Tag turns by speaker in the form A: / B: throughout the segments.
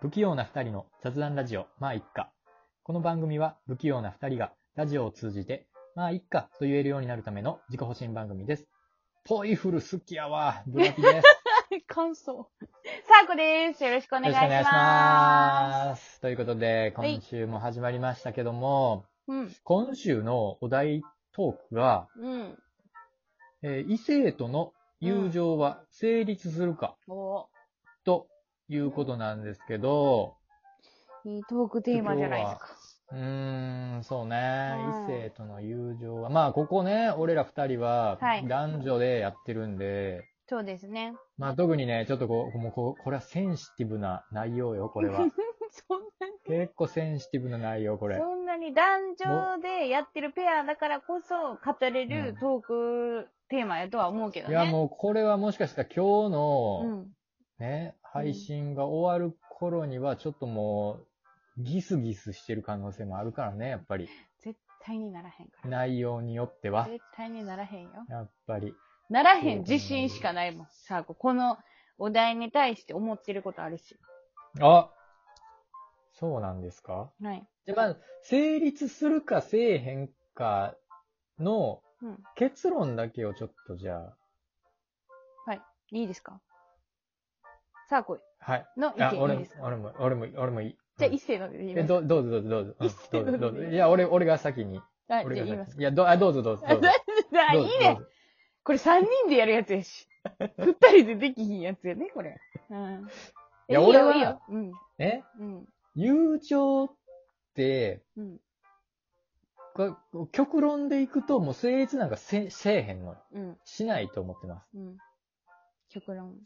A: 不器用な二人の雑談ラジオ、まあいっか。この番組は不器用な二人がラジオを通じて、まあいっかと言えるようになるための自己保身番組です。ポイフル好きやわ、ブラピです。よ
B: 感想。さあこです。よろ しくお願
A: ろ
B: い
A: し
B: し
A: くお願いし
B: ま
A: ます。ということで、今週も始まりましたけども、
B: す。うん。
A: 今週のお題トークが、
B: うん。
A: えー異性との友情は成立するか
B: お
A: ということなんですけど、
B: いいトークテーマじゃないですか。
A: うーん、そうね
B: う。ん
A: 異性との友情は。まあ、ここね、俺ら二人は
B: はい、
A: 男女でやってるんで、
B: そうですね。
A: まあ、特にね、ちょっとこう、もうこう、これはセンシティブな内容よ、これは。
B: そんなに、
A: 結構センシティブな内容、これ。
B: そんなに男女でやってるペアだからこそ語れ
A: うん
B: るトークテーマやとは思うけど
A: い
B: ね。
A: や、もう、これはもしかしたら今日
B: う
A: の、
B: ん。
A: ね、配信が終わる頃には、ちょっともう、ギスギスしてる可能性もあるからね、やっぱり。
B: 絶対にならへんから。
A: 内容によっては。
B: 絶対にならへんよ。
A: やっぱり。
B: ならへん自信しかないもん。さあこ、このお題に対して思ってることあるし。
A: あそうなんですか
B: はい。
A: じゃあまあ、成立するかせえへんかの
B: うん。
A: 結論だけをちょっとじゃあ、
B: いいですかさあ、こ
A: はい。
B: の意
A: あ、
B: 見い
A: 俺
B: い
A: も
B: ですか、
A: 俺も、俺も、俺もいい。
B: じゃあ、
A: うん
B: 一斉ので言いま
A: え、
B: す。
A: どどうぞどうぞどうぞ。うん
B: 一斉
A: どうぞ
B: の
A: ど
B: で
A: うぞ。いや、俺、俺が先に。
B: あ、じゃあ
A: 俺が
B: 言い
A: 先
B: ま
A: に
B: す。
A: いや、どあどうぞどう ぞ。どうぞ
B: あ、いい
A: どうぞ
B: ね
A: どう。ぞ
B: これ3人でやるやつや し。2人でできひんやつやね、これ。うん。
A: いや
B: よ
A: 俺はい
B: いよ。うん。
A: え
B: うん。
A: 友情って、
B: うん。
A: こう極論でいくと、もう成立なんかせせえへんのよ。
B: うん。
A: しないと思ってます。
B: うん。極論。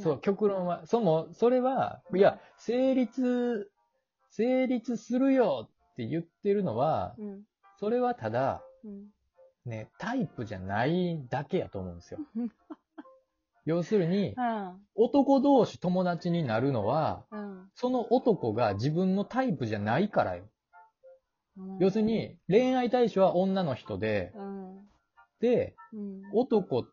A: そう、。極論は、そも、それは、いや、成立、成立するよって言ってるのは、
B: うん。
A: それはただ、
B: うん。
A: ね、タイプじゃないだけやと思うんですよ。要するに、
B: うん。
A: 男同士友達になるのは、
B: うん。
A: その男が自分のタイプじゃないからよ。
B: うん
A: 要する。に、恋愛対象は女の人で、
B: うん。
A: で、
B: うん。
A: 男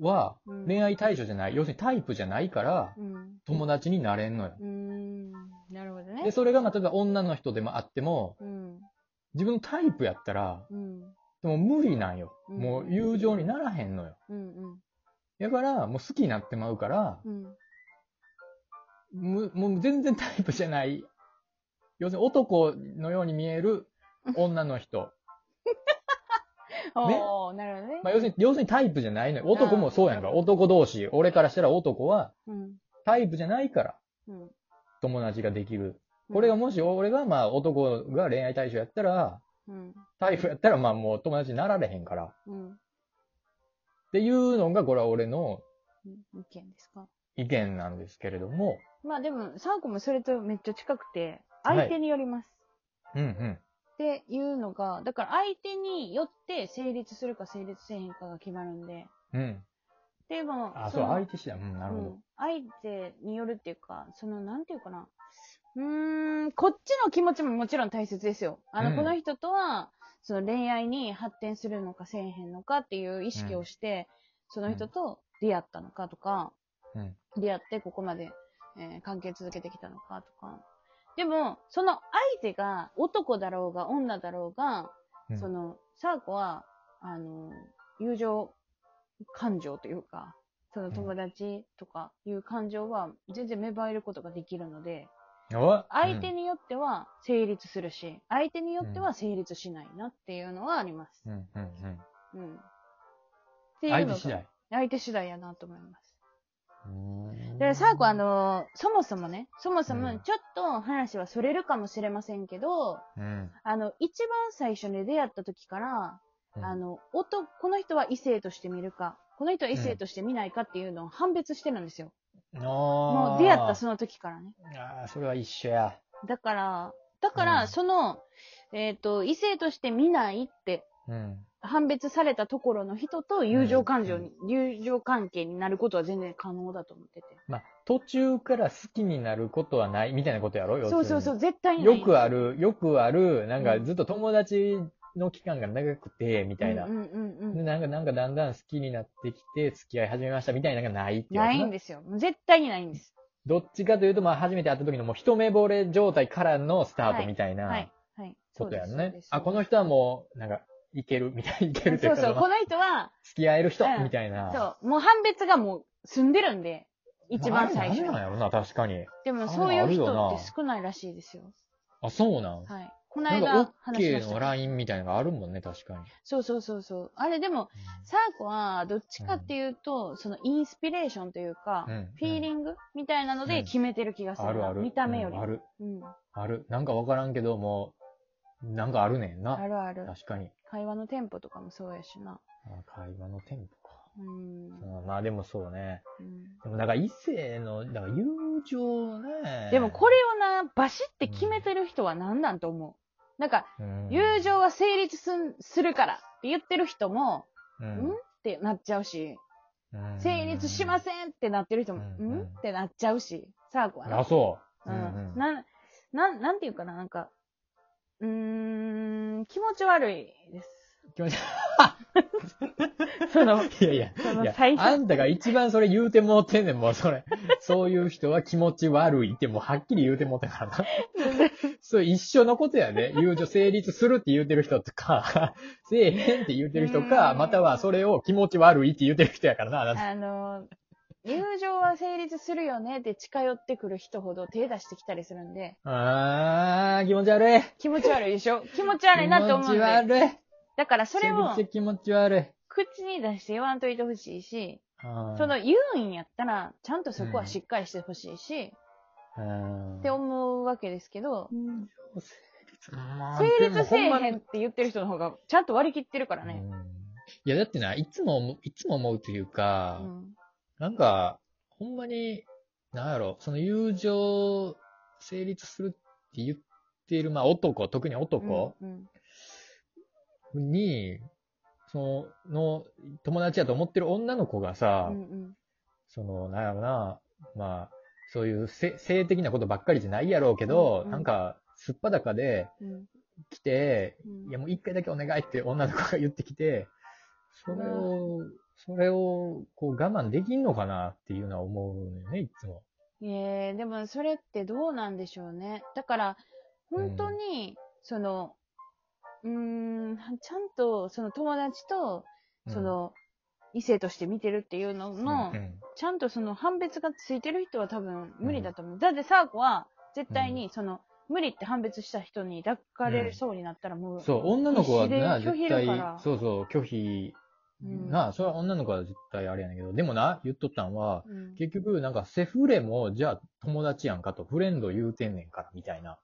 A: は
B: うん
A: 恋愛対象じゃない、要するにタイプじゃないから、
B: うん。
A: 友達になれんのよ。
B: うん。なるほど
A: で、
B: ね。
A: それが、まあ、例えば女の人でもあっても、
B: うん。
A: 自分のタイプやったら、
B: うん。
A: でも無理なんよ。
B: うん
A: もう友情にならへんのよ。
B: うん。うん。
A: だから、もう好きになってまうから、
B: うん。
A: むもう全然タイプじゃない。要するに男のように見える女の 人。
B: おー、なるほどね。
A: まあ、要するに、要するにタイプじゃないのよ。男もそうやんか。男同士。俺からしたら男は
B: うん。
A: タイプじゃないから
B: うん。
A: 友達ができる。これがもし俺がまあ男が恋愛対象やったら、
B: うん。
A: タイプやったらまあもう友達になられへんから。っ
B: うん。
A: ていうのがこれは俺の
B: うん。意見ですか
A: 意見なんですけれども。
B: まあでも、サーコもそれとめっちゃ近くて、
A: はい
B: 相手によります。
A: うんうん。
B: っていうのが、だから相手によって成立するか成立せえへんかが決まるんで。
A: うん。
B: でも、
A: あ、
B: そ
A: そう、
B: の
A: 相手次第。うん、なるほ
B: う
A: ど。
B: ん相手によるっていうか、その、なんていうかな。うーん、こっちの気持ちももちろん大切ですよ。あの、
A: うん
B: この人とは、その恋愛に発展するのかせえへんのかっていう意識をして、その人と出会ったのかとか、
A: うん
B: 出会ってここまで、えー関係続けてきたのかとか。でも、その相手が男だろうが女だろうが、
A: うん
B: その、サーコは、あの、友情感情というか、その友達とかいう感情は全然芽生えることができるので、
A: お
B: 相手
A: に。
B: によっては成立するし、相手によっては成立しないなっていうのはあります。
A: うんうんうん。
B: うん。っていうの
A: 相手
B: が
A: 次第。
B: 相手次第やなと思います。
A: うーん
B: で、サーコあ、の、そもそもね、そもそも
A: うん
B: ちょっと話はそれるかもしれませんけど、
A: うん。
B: あの、一番最初に出会った時から、
A: うん
B: あ、の、男、この人は異性として見るか、この人は異性として見ないかっていうのを判別してるんですよ。も
A: も
B: う出会ったその時からね。
A: ああ、それは一緒や。
B: だから、だか
A: うん
B: ら、その、えっ、と、異性として見ないって
A: うん。
B: 判別されたところの人と友情感情に、
A: う
B: 友情関係になることは全然可能だと思ってて。
A: まあ、途中から好きになることはないみたいなことやろ要する
B: そ
A: に
B: うそうそう、絶対にない。
A: よくある、よくある、なんか
B: うん
A: ずっと友達の期間が長くて、み
B: うん
A: た
B: う
A: い
B: ん
A: な。
B: うん
A: で
B: うん。
A: なんか、なんかだんだん好きになってきて、付き合い始めましたみたいなのがないってやつ
B: ないんですよ。絶対にないんです。
A: どっちかというと、まあ、初めて会った時のもう一目惚れ状態からのスタートみたい
B: は。
A: ない
B: はい。そ
A: こと
B: うで
A: や
B: す
A: ん
B: そう
A: ね
B: です。
A: あ、この人はもう、なんか、いけるみたい、いけるとい
B: そうう
A: か、
B: そう。
A: まあ
B: この人は、
A: 付き合える人
B: うん
A: みたいな。
B: そう。もう判別がもう済んでるんで、一番最初
A: まああれなん
B: に。
A: やろな、確かに。
B: でも
A: あれ
B: そういう
A: あるよ
B: 人
A: な
B: って少ないらしいですよ。
A: あ、そうなん。
B: はい。この
A: なんか
B: 間、、
A: オッ
B: 話し
A: ケ
B: ま
A: ー
B: し
A: の
B: た。
A: ラインみたいなのがあるもんね、確かに。
B: そうそうそうそう。あれでも、サーコは、どっちかっていうと、そのインスピレーションというか、
A: うん
B: フィーリングみたいな
A: う
B: ので
A: ん
B: 決めてる気がする
A: あ
B: な、
A: るある。
B: 見た目より。
A: うんある。
B: うん。
A: ある。なんかわからんけど、もう、なんかあるねん
B: あ
A: な。
B: るある。
A: 確かに。
B: 会話のテンポとかもそうやしな。
A: あ会話のテンポか。
B: うん。
A: うんまあでもそうね。
B: うん
A: でもなんか異性の、だから友情ね。
B: でもこれをな、バシって決めてる人は何なんと思う。なんか、
A: うん、
B: 友情は成立すんするからって言ってる人も、
A: うん
B: ってなっちゃうし、
A: ん
B: 成立しませんってなってる人も、
A: うん
B: んってなっちゃうし、サーコはな
A: あ、そう。
B: うん
A: うん
B: なん、なん、なんていうかな、なんか、うーん、気持ち悪いです。
A: 気持ち
B: その、
A: いやいや、
B: その
A: いや
B: 最初
A: あんたが一番それ言うてもうてんねん、もうそれ。 そういう人は気持ち悪いってもうはっきり言うてもうたから な。そう一緒のことやで、友情成立するって言うてる人とか、 せえへんって言うてる人か、
B: うん
A: またはそれを気持ち悪いって言うてる人やからな、あなた。
B: あの、友情は成立するよねって近寄ってくる人ほど手出してきたりするんで、
A: あー、気持ち悪い。
B: 気持ち悪いでしょ気持ち悪いなって思う
A: 気持ち
B: んで。
A: 悪い。
B: だからそれを
A: 成立して気持ち悪い。
B: 口に出して言わんといてほしいし、
A: うん
B: その言うんやったら、ちゃんとそこはしっかりしてほしいし、
A: うん
B: って思うわけですけど、
A: まあ
B: 成
A: でも
B: 立
A: ほ
B: せえ
A: んま
B: へんって言ってる人の方が、ちゃんと割り切ってるからね。
A: うんいや、だってな、いつも思う、いつも思うというか、
B: うん
A: なんか、ほんまに、なんやろ、その友情、成立するって言っている、まあ男、特に男
B: うんうん
A: に、その、の友達やと思ってる女の子がさ、
B: うんうん
A: その、なんやろな、まあ、そういうせ性的なことばっかりじゃないやろうけど、
B: うんうん
A: なんか、すっぱだかで
B: うん
A: 来て、
B: うん
A: いや、もう一回だけお願いって女の子が言ってきて、それを、それを、こう我慢できんのかなっていうのは思うのよね、いつも。
B: えーでもそれってどうなんでしょうね。だから、本当に、その、うーん、ちゃんと、その友達と、その、異性として見てるっていうの
A: うん、
B: の
A: う、ん
B: ちゃんとその判別がついてる人は多分無理だと思う。だってサーコは、絶対に、その、無理って判別した人に抱かれそうになったらもう、
A: そう、女の子はな、
B: 必死で拒否
A: 絶
B: やから
A: 対、そうそう、拒否、
B: うん
A: なあ、それは女の子は絶対あれやねんけど、でもな、言っとったんは、
B: うん
A: 結局、なんか、セフレも、じゃあ、友達やんかと、フレンド言うてんねんから、みたいな。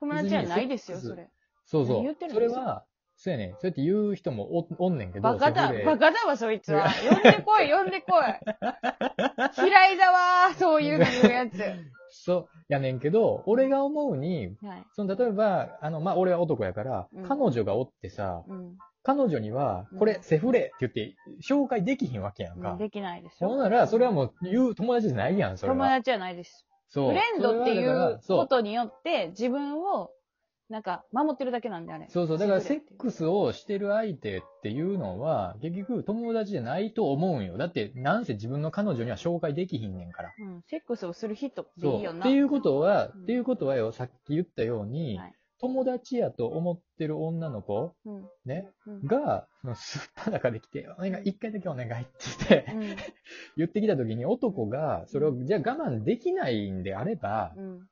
B: 友達じゃないですよ、
A: 別に
B: それ。
A: そうそ
B: 何言
A: う
B: ってる。ん
A: そ
B: で
A: れ
B: すか
A: は、そうやねん。そうやって言う人もおおんねんけど、
B: バカだ
A: セフ、レ
B: バカだわ、そいつは。呼んでこい、呼んでこい。 嫌いだわー、そういうの言うやつ。
A: そう、やねんけど、俺が思うに、
B: はい。
A: その、例えば、あの、まあ、俺は男やから、
B: うん
A: 彼女がおってさ、
B: うん。
A: 彼女には
B: う、ん
A: これ、セフレって言って、紹介できひんわけやん
B: うん
A: か。
B: できないでし
A: ほん
B: ょ。
A: なら、それはもう、言う友達じゃないやん、それは。
B: 友達じゃないです。
A: そう。
B: フレンドってい
A: それはだから
B: う
A: そ
B: こ
A: う
B: とによって、自分を、なんか、守ってるだけなんで、あれ。
A: そうそう。だから、セッ
B: ス。
A: クスをしてる相手っていうのは、結局、友達じゃないと思うんよ。だって、なんせ自分の彼女には紹介できひんねんから。
B: うん。セックスをする人で
A: そ。
B: いういよ
A: っ
B: な。
A: ていうことは、
B: うん
A: っていうことはよ、さっき言ったように、
B: はい
A: 友達やと思ってる女の子、
B: うん。
A: ね、
B: うん。
A: が、そのすっぱだかできて、お願い、一回だけお願いって言って、
B: うん。
A: 言ってきた時に男が、それを、じゃあ我慢できないんであれば
B: う、ん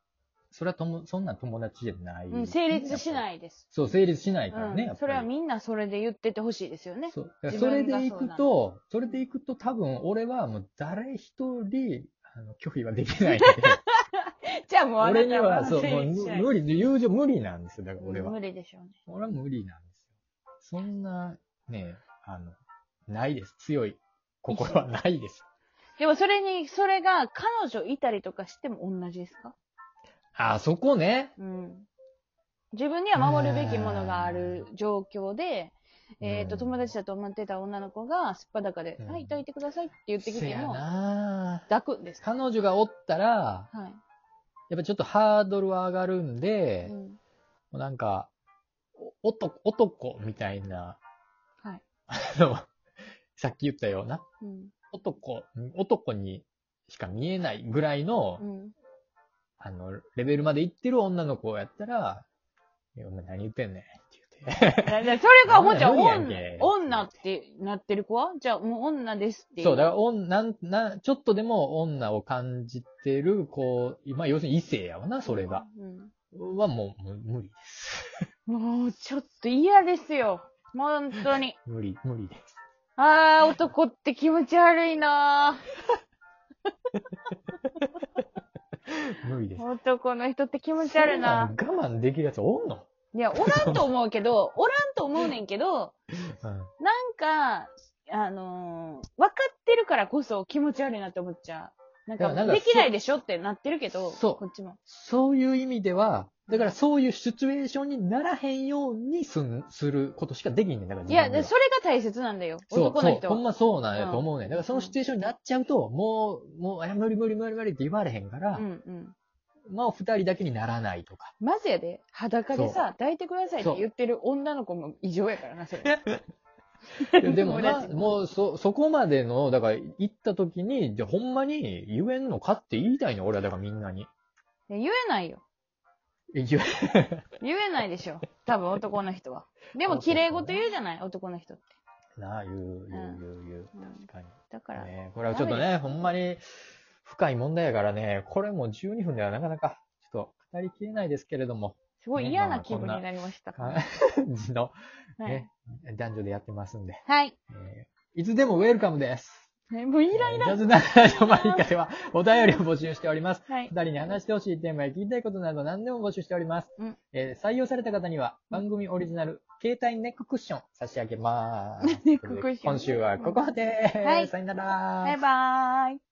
A: それはとも、そんな友達じゃない。
B: うん。成立し
A: い。
B: ないです。
A: そう、成立しないからね、や
B: うん。
A: っぱ
B: それ
A: り
B: は。みんなそれで言っててほしいですよね。
A: そう。だから
B: 自
A: それ
B: 分が
A: でい
B: そうな
A: く
B: の
A: と、それでいくと多分俺はもう誰一人、あの、拒否はで きないんで、
B: じゃあもうあなた
A: 俺には、そう、
B: 成
A: もう
B: 立しない
A: 無理、友情無理なんですよ、だから俺
B: 無
A: は。
B: 理でしょうね。
A: 俺は無理なんですよ。そんな、ね、あの、ないです。強い心はないです。
B: でもそれに、それが彼女いたりとかしても同じですか
A: あ、そこね。
B: うん。自分には守るべきものがある状況で、
A: うん
B: えっ、と、友達だと思ってた女の子がすっぱだかで、
A: うん
B: はい、抱いてくださいって言ってき
A: せ
B: て
A: や
B: も、
A: な
B: 抱くんですか
A: 彼女がおったら、
B: はい。
A: やっぱちょっとハードルは上がるんで、
B: う
A: も
B: ん。
A: うなんか、お男、男みたいな、
B: はい。
A: あの、さっき言ったような、
B: うん。
A: 男、男にしか見えないぐらいの、
B: うん。
A: あの、レベルまでいってる女の子やったら、いやお前何言ってんねんって言って。
B: だからそれが、ほんじゃ、
A: 無理やんけ、
B: 女女ってなってる子はじゃあ、もう女ですってい
A: そう、だから、おん、なん、なん、ちょっとでも女を感じてる、こう、まあ、要するに異性やわな、それが。。は、もう、もう無理です。
B: うん。もう、ちょっと嫌ですよ。本当に。
A: 無理、無理です。
B: あー、男って気持ち悪いな
A: 無理で
B: ー
A: す。
B: 男の人って気持ち悪いな
A: そんなん我慢できるやつおんの
B: いや、おらんと思うけど、おらんと思うねんけど、
A: うん。
B: なんか、あのー、分かってるからこそ気持ち悪いなって思っちゃう。なん
A: いやなんか
B: か、できないでしょってなってるけど、
A: そう
B: こっちも。
A: そういう意味では、だからそういうシチュエーションにならへんようにすんすることしかできんねん。だから
B: い
A: 自
B: や、
A: 分
B: そ
A: では
B: れが大切なんだよ。
A: そう、
B: 男の人
A: そう、ほん
B: は。
A: まそうなんやと思うねん。だからそのシチュエーションになっちゃうと、もう、もう、あ無理無理無理無理って言われへんから、
B: うんうん。
A: まあ二人だけにならないと か。
B: まずやで、裸でさ、抱いてくださいって言ってる女の子も異常やからな、それ。
A: でも、
B: 俺た
A: まあ、
B: ち
A: もうそ、そこまでの、だから行った時に、じゃあほんまに言えんのかって言いたいの、俺はだからみんなに。
B: いや言えないよ。
A: え言え
B: 言えないでしょ。多分男の人は。でも、
A: そうそうそう
B: 綺麗事言うじゃない男の人って。
A: な、言う、言う
B: う、
A: ん言う、言う。
B: う
A: 確
B: ん
A: かに。
B: だから、
A: ね、これはちょっと
B: ダメ
A: ね、ほんまに深い問題やからね、これも12分ではなかなか、ちょっと語りきれないですけれども、
B: すごい
A: ね
B: 嫌
A: まあ
B: な気分
A: こん な
B: になりました。は
A: 感じの、
B: い
A: ね。男女でやってますんで、
B: はい。
A: えーいつでもウェルカムです。
B: ねもうイライラ。
A: ラ。ジャズナラジオマイカではお便りを募集しております。
B: はい
A: 二。人に話してほしいテーマや聞きたいことなど何でも募集しております。
B: うん
A: えー採用された方には番組オリジナル、携帯ネッククッション差し上げます。
B: ネッククッション
A: 今週はここまで、
B: はい
A: さよなら。
B: バイバーイ。